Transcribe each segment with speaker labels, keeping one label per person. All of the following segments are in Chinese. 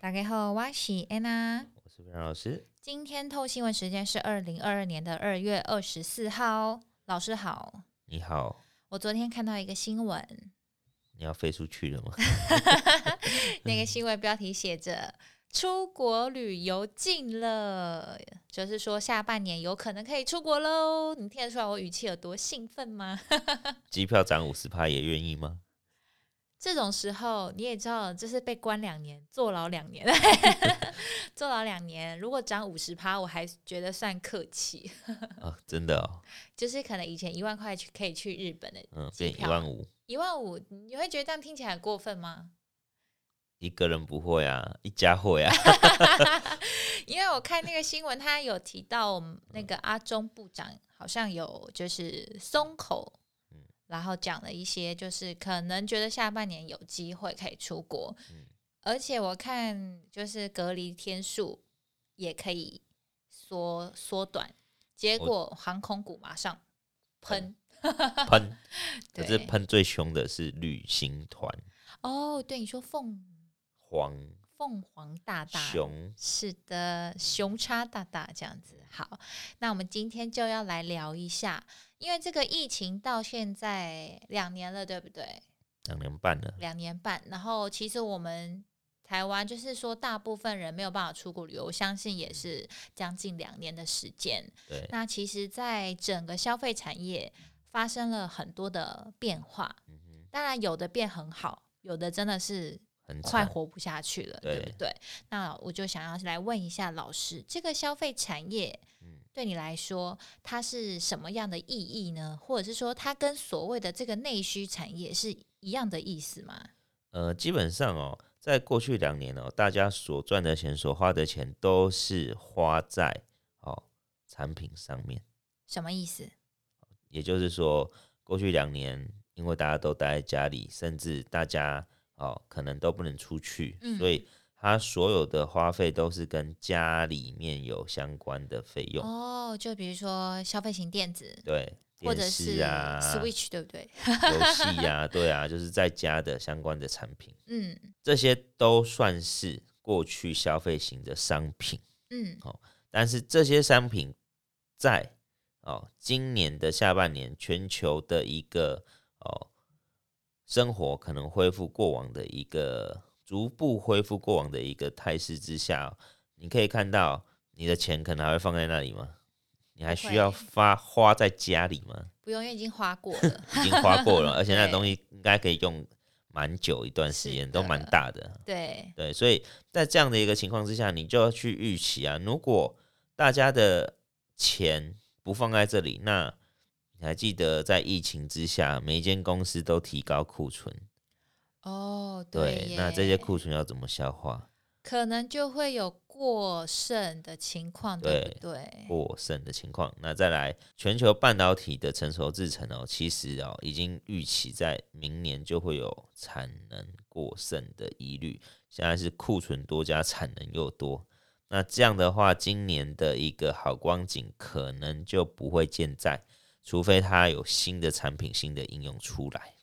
Speaker 1: 大家好，我是 Anna。
Speaker 2: 我是阮老师。
Speaker 1: 今天透新闻时间是二零二二年的二月二十四号。老师好，
Speaker 2: 你好，
Speaker 1: 我昨天看到一个新闻，
Speaker 2: 你要飞出去了吗？
Speaker 1: 那个新闻标题写着“出国旅游禁了”，就是说下半年有可能可以出国喽。你听得出来我语气有多兴奋吗？
Speaker 2: 机票涨五十趴也愿意吗？
Speaker 1: 这种时候你也知道，就是被关两年，坐牢两年，坐牢两年。如果涨五十趴，我还觉得算客气。
Speaker 2: 啊，真的哦，
Speaker 1: 就是可能以前一万块去可以去日本的
Speaker 2: 嗯，
Speaker 1: 机
Speaker 2: 变一
Speaker 1: 票
Speaker 2: 万五，
Speaker 1: 一万五，你会觉得这样听起来很过分吗？
Speaker 2: 一个人不会啊，一家 会啊。
Speaker 1: 因为我看那个新闻，他有提到我们那个阿中部长好像有就是松口
Speaker 2: 嗯，
Speaker 1: 然后讲了一些就是可能觉得下半年有机会可以出国
Speaker 2: 嗯，
Speaker 1: 而且我看就是隔离天数也可以缩缩短，结
Speaker 2: 我
Speaker 1: 果航空股马上喷。
Speaker 2: 喷，可
Speaker 1: 对
Speaker 2: 是喷最凶的是旅行团，
Speaker 1: 哦，对，你说凤
Speaker 2: 黄
Speaker 1: 凤凰大大
Speaker 2: 熊
Speaker 1: 是的，熊叉大大这样子。好，那我们今天就要来聊一下，因为这个疫情到现在两年了，对不对？
Speaker 2: 两年半了，
Speaker 1: 两年半。然后其实我们台湾就是说，大部分人没有办法出国旅游，我相信也是将近两年的时间。
Speaker 2: 对，
Speaker 1: 那其实，在整个消费产业发生了很多的变化，
Speaker 2: 嗯哼，
Speaker 1: 当然有的变很好，有的真的是
Speaker 2: 很
Speaker 1: 快
Speaker 2: 惨
Speaker 1: 活不下去了，对
Speaker 2: 对
Speaker 1: 不对？那我就想要来问一下老师，这个消费产业
Speaker 2: 嗯
Speaker 1: 对你来说，它是什么样的意义呢？或者是说，它跟所谓的这个内需产业是一样的意思吗？
Speaker 2: 呃，基本上哦，在过去两年哦，大家所赚的钱、所花的钱都是花在哦产品上面。
Speaker 1: 什么意思？
Speaker 2: 也就是说，过去两年因为大家都待在家里，甚至大家哦可能都不能出去，
Speaker 1: 嗯
Speaker 2: 所以他所有的花费都是跟家里面有相关的费用，
Speaker 1: 哦，就比如说消费型电子，
Speaker 2: 对，
Speaker 1: 或
Speaker 2: 电
Speaker 1: 者
Speaker 2: 视
Speaker 1: 是
Speaker 2: 啊、
Speaker 1: Switch，对不对？
Speaker 2: 游戏啊，对啊，就是在家的相关的产品，
Speaker 1: 嗯
Speaker 2: 这些都算是过去消费型的商品。
Speaker 1: 嗯，
Speaker 2: 但是这些商品在哦今年的下半年，全球的一个哦生活可能恢复过往的一个逐步恢复过往的一个态势之下、哦你可以看到你的钱可能还会放在那里吗？你还
Speaker 1: 不
Speaker 2: 需要
Speaker 1: 会
Speaker 2: 发花在家里吗？。
Speaker 1: 不用，因为已经花过了
Speaker 2: 已经花过 了，而且那
Speaker 1: 对
Speaker 2: 东西应该可以用蛮久一段时
Speaker 1: 是
Speaker 2: 间，都蛮
Speaker 1: 的
Speaker 2: 大的。
Speaker 1: 对，
Speaker 2: 对，所以在这样的一个情况之下，你就要去预期啊，如果大家的钱不放在这里，那你还记得在疫情之下，每一间公司都提高库存，
Speaker 1: 哦，
Speaker 2: 对，那这些
Speaker 1: 耶
Speaker 2: 库存要怎么消化？
Speaker 1: 可能就会有过剩的情况，对不对？
Speaker 2: 过剩的情况，那再来，全球半导体的成熟制程哦，其实哦已经预期在明年就会有产能过剩的疑虑，现在是库存多加产能又多，那这样的话，今年的一个好光景可能就不会健在，除非它有新的产品、新的应用出来。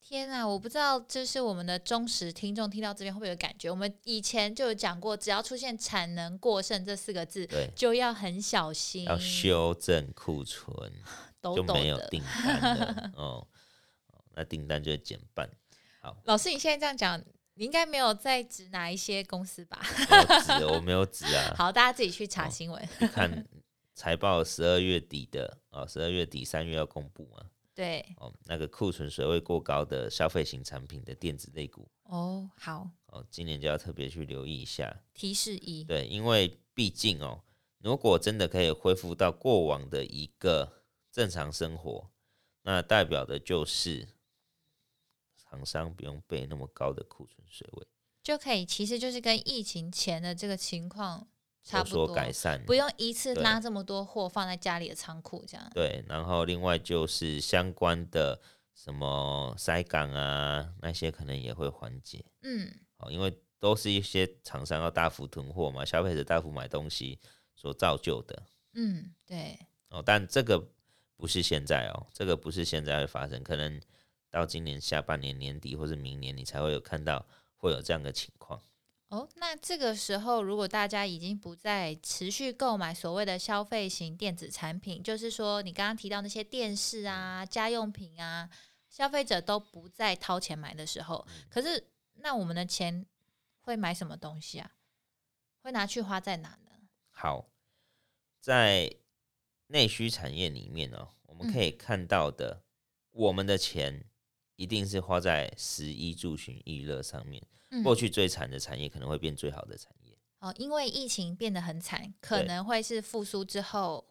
Speaker 1: 天啊，我不知道，就是我们的忠实听众听到这边会不会有感觉？我们以前就有讲过，只要出现产能过剩这四个字，
Speaker 2: 对，
Speaker 1: 就要很小心，
Speaker 2: 要修正库存，
Speaker 1: 抖
Speaker 2: 就
Speaker 1: 抖
Speaker 2: 没
Speaker 1: 嗯
Speaker 2: 有
Speaker 1: 的。
Speaker 2: 订单了哦，那订单就会减半。
Speaker 1: 老师，你现在这样讲，你应该没有在指哪一些公司吧？
Speaker 2: 没有纸，我没有纸啊。
Speaker 1: 好，大家自己去查
Speaker 2: 哦
Speaker 1: 新闻。
Speaker 2: 去看财报，十二月底的哦，十二月底三月要公布嘛，
Speaker 1: 对，
Speaker 2: 哦，那个库存水位过高的消费型产品的电子类股
Speaker 1: 哦，好，
Speaker 2: 哦，今年就要特别去留意一下，
Speaker 1: 提示一，
Speaker 2: 对，因为毕竟哦，如果真的可以恢复到过往的一个正常生活，那代表的就是厂商不用备那么高的库存水位，
Speaker 1: 就可以，其实就是跟疫情前的这个情况差
Speaker 2: 有
Speaker 1: 不
Speaker 2: 所
Speaker 1: 多，
Speaker 2: 改善，
Speaker 1: 不用一次
Speaker 2: 对
Speaker 1: 拉这么多货放在家里的仓库这样。
Speaker 2: 对，然后另外就是相关的什么塞港啊，那些可能也会缓解
Speaker 1: 嗯。
Speaker 2: 哦，因为都是一些厂商要大幅囤货嘛，消费者大幅买东西所造就的
Speaker 1: 嗯，对，
Speaker 2: 哦。但这个不是现在哦，这个不是现在会发生，可能到今年下半年、年底或是明年，你才会有看到会有这样的情况。
Speaker 1: 哦，那这个时候如果大家已经不再持续购买所谓的消费型电子产品，就是说你刚刚提到那些电视啊、
Speaker 2: 嗯
Speaker 1: 家用品啊，消费者都不再掏钱买的时候，
Speaker 2: 嗯
Speaker 1: 可是那我们的钱会买什么东西啊？会拿去花在哪呢？
Speaker 2: 好，在内需产业里面哦，我们可以看到的，我们的钱一定是花在食衣住行娱乐上面。
Speaker 1: 嗯
Speaker 2: 过去最惨的产业可能会变最好的产业，
Speaker 1: 哦，因为疫情变得很惨，可
Speaker 2: 对
Speaker 1: 能会是复苏之后，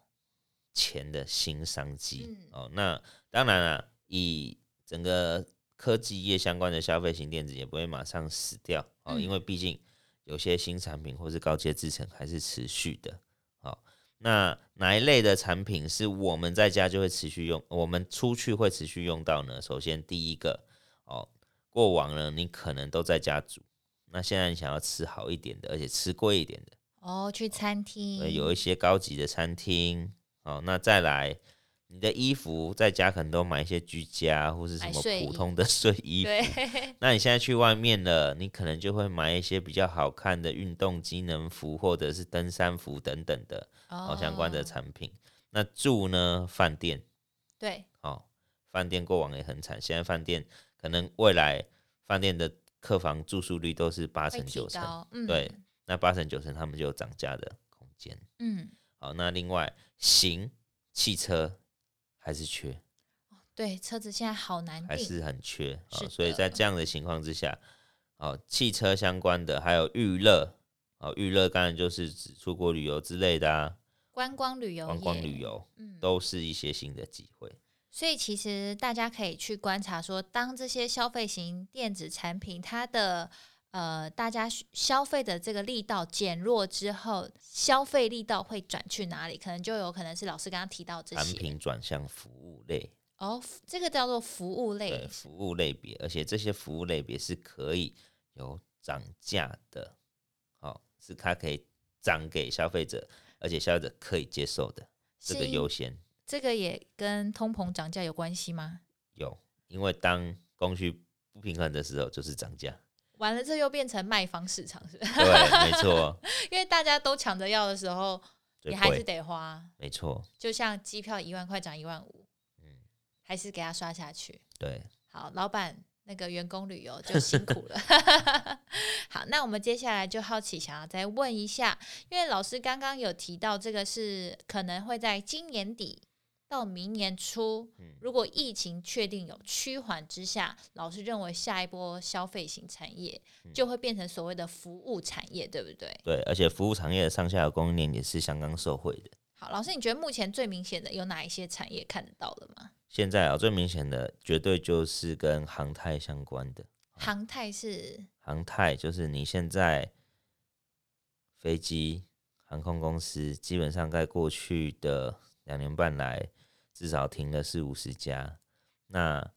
Speaker 2: 钱的新商机、
Speaker 1: 嗯
Speaker 2: 哦。那当然了、以整个科技业相关的消费型电子也不会马上死掉哦，
Speaker 1: 嗯
Speaker 2: 因为毕竟有些新产品或是高阶制程还是持续的。哦，那哪一类的产品是我们在家就会持续用，我们出去会持续用到呢？首先第一个哦，过往呢你可能都在家煮，那现在你想要吃好一点的，而且吃贵一点的。
Speaker 1: 哦，去餐厅，
Speaker 2: 呃，有一些高级的餐厅哦。那再来，你的衣服在家可能都买一些居家或是什
Speaker 1: 买
Speaker 2: 么
Speaker 1: 睡
Speaker 2: 普
Speaker 1: 衣
Speaker 2: 通的 睡衣，
Speaker 1: 对，
Speaker 2: 那你现在去外面了，你可能就会买一些比较好看的运动机能服或者是登山服等等的哦相关的
Speaker 1: 哦
Speaker 2: 产品。那住呢，饭店
Speaker 1: 对，
Speaker 2: 哦，饭店过往也很惨，现在饭店可能未来饭店的客房住宿率都是八
Speaker 1: 会
Speaker 2: 成
Speaker 1: 提
Speaker 2: 九成，
Speaker 1: 高，嗯，
Speaker 2: 对，那八成九成他们就有涨价的空间。
Speaker 1: 嗯，
Speaker 2: 好，那另外行汽车还是缺，
Speaker 1: 对，车子现在好难
Speaker 2: 还
Speaker 1: 定，
Speaker 2: 是很缺啊、
Speaker 1: 嗯是
Speaker 2: 所以
Speaker 1: 的
Speaker 2: 在这样的情况之下，哦，汽车相关的还有娱乐，哦，娱乐当然就是指出国旅游之类的啊，
Speaker 1: 观光旅游，
Speaker 2: 观光旅，游
Speaker 1: 嗯，
Speaker 2: 都是一些新的机会。
Speaker 1: 所以其实大家可以去观察说，当这些消费型电子产品它的呃大家需消费的这个力道减弱之后，消费力道会转去哪里？可能就有可能是老师刚刚提到这
Speaker 2: 产
Speaker 1: 些
Speaker 2: 品转向服务类，
Speaker 1: 哦，这个叫做服务类
Speaker 2: 对，，服务类别，而且这些服务类别是可以有涨价的，哦，是它可以涨给消费者，而且消费者可以接受的，这
Speaker 1: 是
Speaker 2: 个
Speaker 1: 因
Speaker 2: 优先。
Speaker 1: 这个也跟通膨涨价有关系吗？
Speaker 2: 有，因为当供需不平衡的时候，就是涨价。
Speaker 1: 完了，这又变成卖方市场，是不是？
Speaker 2: 对，没错，
Speaker 1: 因为大家都抢着要的时候，
Speaker 2: 最
Speaker 1: 你还是
Speaker 2: 贵，
Speaker 1: 得花。
Speaker 2: 没错，
Speaker 1: 就像机票一万块涨一万五，
Speaker 2: 嗯，
Speaker 1: 还是给他刷下去。
Speaker 2: 对，
Speaker 1: 好，老板那个员工旅游就辛苦了。 好，那我们接下来就好奇想要再问一下，因为老师刚刚有提到这个是可能会在今年底到明年初，
Speaker 2: 嗯
Speaker 1: 如果疫情确定有趋缓之下，老师认为下一波消费型产业
Speaker 2: 嗯
Speaker 1: 就会变成所谓的服务产业，对不对？
Speaker 2: 对，而且服务产业的上下游供应链也是相当受惠的。
Speaker 1: 好，老师，你觉得目前最明显的有哪一些产业看得到了吗？
Speaker 2: 现在啊、最明显的绝对就是跟航太相关的，
Speaker 1: 航太是
Speaker 2: 航太就是你现在飞机、航空公司基本上在过去的两年半来，至少停了四五十家。那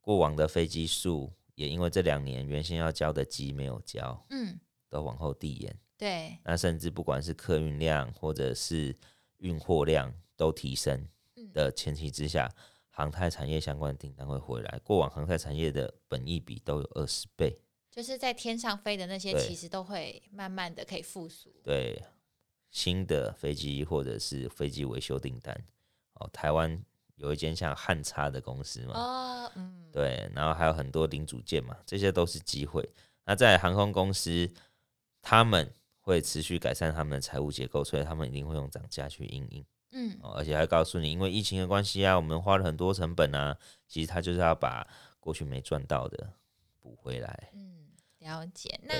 Speaker 2: 过往的飞机数也因为这两年原先要交的机没有交，
Speaker 1: 嗯，
Speaker 2: 都往后递延。
Speaker 1: 对，
Speaker 2: 那甚至不管是客运量或者是运货量都提升
Speaker 1: 嗯
Speaker 2: 的前提之下，航太产业相关的订单会回来。过往航太产业的本益比都有二十倍。
Speaker 1: 就是在天上飞的那些，
Speaker 2: 对
Speaker 1: 其实都会慢慢的可以复苏。
Speaker 2: 对新的飞机或者是飞机维修订单。哦，台湾有一间像汉差的公司嘛，
Speaker 1: 哦，嗯，
Speaker 2: 对，然后还有很多零组件嘛，这些都是机会。那在航空公司，他们会持续改善他们的财务结构，所以他们一定会用涨价去应应。
Speaker 1: 嗯，
Speaker 2: 哦，而且还告诉你，因为疫情的关系啊，我们花了很多成本啊，其实他就是要把过去没赚到的补回来。
Speaker 1: 嗯，了解。那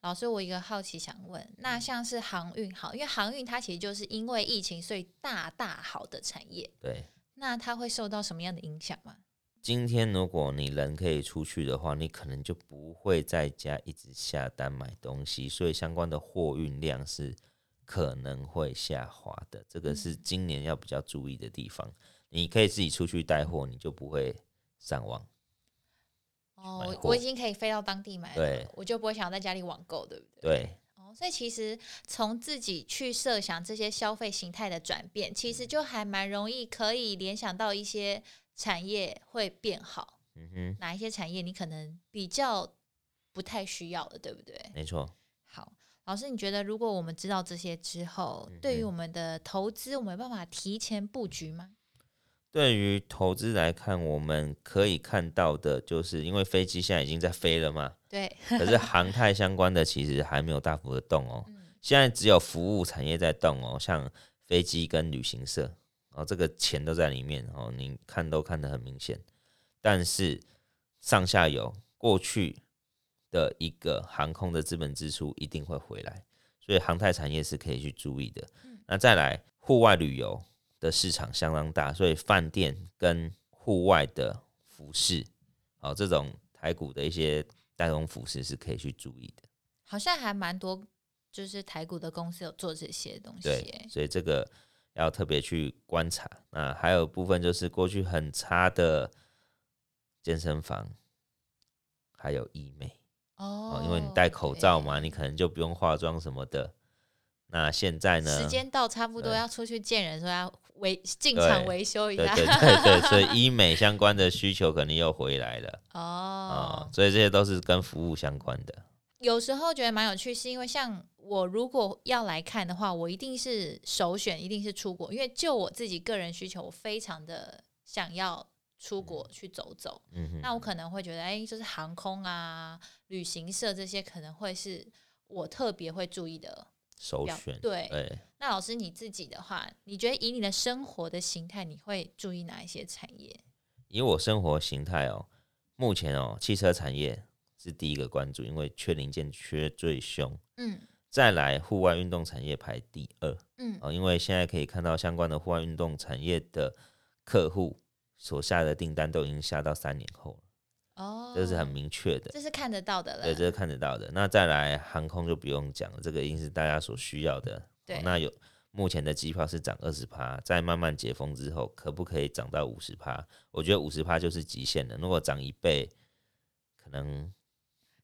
Speaker 1: 老师，我有一个好奇想问，那
Speaker 2: 嗯
Speaker 1: 像是航运好，因为航运它其实就是因为疫情，所以大大好的产业，
Speaker 2: 对，
Speaker 1: 那它会受到什么样的影响吗？
Speaker 2: 今天如果你人可以出去的话，你可能就不会在家一直下单买东西，所以相关的货运量是可能会下滑的。这个是今年要比较注意的地方。你可以自己出去带货，你就不会上网。
Speaker 1: 哦，
Speaker 2: 买
Speaker 1: 我
Speaker 2: 货
Speaker 1: 我已经可以飞到当地买了
Speaker 2: 对，
Speaker 1: 我就不会想要在家里网购，哎对不对？
Speaker 2: 对，
Speaker 1: 哦，所以其实从自己去设想这些消费形态的转变，其
Speaker 2: 嗯
Speaker 1: 实就还蛮容易可以联想到一些产业会变好，
Speaker 2: 嗯哼，
Speaker 1: 哪一些产业你可能比较不太需要了，对不对？
Speaker 2: 没错，
Speaker 1: 老师，你觉得如果我们知道这些之后，对于
Speaker 2: 嗯
Speaker 1: 我们的投资，我们有办法提前布局吗？
Speaker 2: 对于投资来看，我们可以看到的就是，因为飞机现在已经在飞了嘛，
Speaker 1: 对，
Speaker 2: 可是航太相关的其实还没有大幅的动哦。现在只有服务产业在动哦，像飞机跟旅行社哦，这个钱都在里面哦，你看都看得很明显。但是上下游过去的一个航空的资本支出一定会回来，所以航太产业是可以去注意的。那再来，户外旅游的市场相当大，所以饭店跟户外的服饰，哦，这种台股的一些代工服饰是可以去注意的。
Speaker 1: 好像还蛮多，就是台股的公司有做这些东西
Speaker 2: 对，
Speaker 1: 耶。
Speaker 2: 所以这个要特别去观察。那还有部分就是过去很差的健身房，还有医美
Speaker 1: 哦
Speaker 2: 哦，因为你戴口罩嘛，你可能就不用化妆什么的。那现在
Speaker 1: 对
Speaker 2: 呢？
Speaker 1: 时间到差不多
Speaker 2: 对
Speaker 1: 要出去见人，说要维进场
Speaker 2: 对
Speaker 1: 维修一
Speaker 2: 对
Speaker 1: 下。
Speaker 2: 对对对，所以医美相关的需求肯定又回来了啊、
Speaker 1: 哦，
Speaker 2: 所以这些都是跟服务相关的。
Speaker 1: 有时候觉得蛮有趣，是因为像我如果要来看的话，我一定是首选一定是出国，因为就我自己个人需求，我非常的想要出国去走走。
Speaker 2: 嗯哼，
Speaker 1: 那我可能会觉得，哎、就是航空啊、旅行社这些可能会是我特别会注意的。
Speaker 2: 首
Speaker 1: 要
Speaker 2: 选
Speaker 1: 对
Speaker 2: 对
Speaker 1: 那老师你自己的话，你觉得以你的生活的形态，你会注意哪一些产业？
Speaker 2: 以我生活形态哦，目前哦，汽车产业是第一个关注，因为缺零件缺最凶。
Speaker 1: 嗯
Speaker 2: 再来，户外运动产业排第二
Speaker 1: 嗯
Speaker 2: 哦，因为现在可以看到相关的户外运动产业的客户所下的订单都已经下到三年后了，
Speaker 1: 哦，
Speaker 2: 这是很，明确的。
Speaker 1: 这是看得到的了。
Speaker 2: 对，这是看得到的。那再来航空就不用讲了，这个一定是大家所需要的。
Speaker 1: 对
Speaker 2: 哦那有目前的机票是涨二十趴，在慢慢解封之后，可不可以涨到五十趴？我觉得五十趴就是极限了。如果涨一倍，可能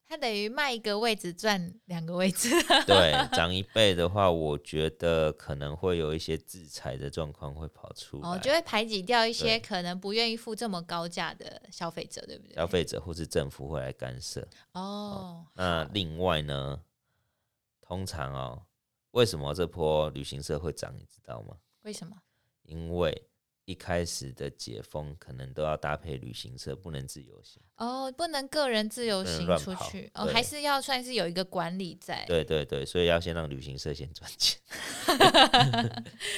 Speaker 1: 他等于卖一个位置赚两个位置。
Speaker 2: 对涨一倍的话，我觉得可能会有一些制裁的状况会跑出来。
Speaker 1: 哦，就会排挤掉一些
Speaker 2: 对
Speaker 1: 可能不愿意付这么高价的消费者，对不对？
Speaker 2: 消费者或是政府会来干涉。
Speaker 1: 哦，
Speaker 2: 那另外呢，通常哦，为什么这波旅行社会涨，你知道吗？
Speaker 1: 为什么？
Speaker 2: 因为一开始的解封可能都要搭配旅行社，不能自由行。
Speaker 1: 哦，不能个人自由
Speaker 2: 不能
Speaker 1: 行
Speaker 2: 乱
Speaker 1: 出
Speaker 2: 跑
Speaker 1: 去，哦，
Speaker 2: 对
Speaker 1: 还是要算是有一个管理在。
Speaker 2: 对对对，所以要先让旅行社先赚钱。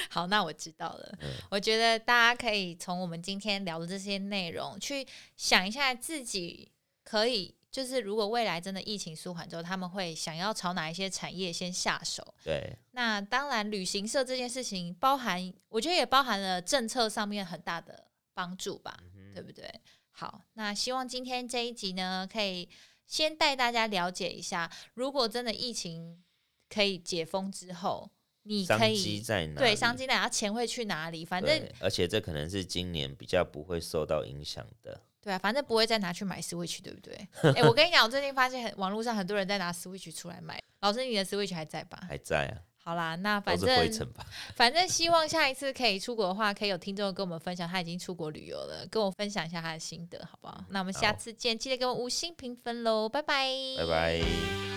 Speaker 1: 好，那我知道了。
Speaker 2: 嗯
Speaker 1: 我觉得大家可以从我们今天聊的这些内容去想一下自己可以。就是如果未来真的疫情舒缓之后，他们会想要朝哪一些产业先下手？
Speaker 2: 对
Speaker 1: 那当然，旅行社这件事情包含，我觉得也包含了政策上面很大的帮助吧，
Speaker 2: 嗯
Speaker 1: 对不对？好，那希望今天这一集呢，可以先带大家了解一下，如果真的疫情可以解封之后，你
Speaker 2: 商
Speaker 1: 可
Speaker 2: 机
Speaker 1: 以
Speaker 2: 在哪里？
Speaker 1: 对商机哪，啊钱会去哪里？反
Speaker 2: 对。
Speaker 1: 正
Speaker 2: 而且这可能是今年比较不会受到影响的。
Speaker 1: 对啊，反正不会再拿去买 Switch，对不 对？哎、我跟你讲，我最近发现很网络上很多人在拿 Switch 出来卖。老师，你的 Switch 还在吧？
Speaker 2: 还在啊，
Speaker 1: 好啦，那
Speaker 2: 都
Speaker 1: 反
Speaker 2: 是
Speaker 1: 正
Speaker 2: 灰尘吧？
Speaker 1: 反正希望下一次可以出国的话，可以有听众跟我们分享他已经出国旅游了，跟我分享一下他的心得，好不好？那我们下
Speaker 2: 好
Speaker 1: 次见，记得给我五星评分喽，拜拜，
Speaker 2: 拜拜。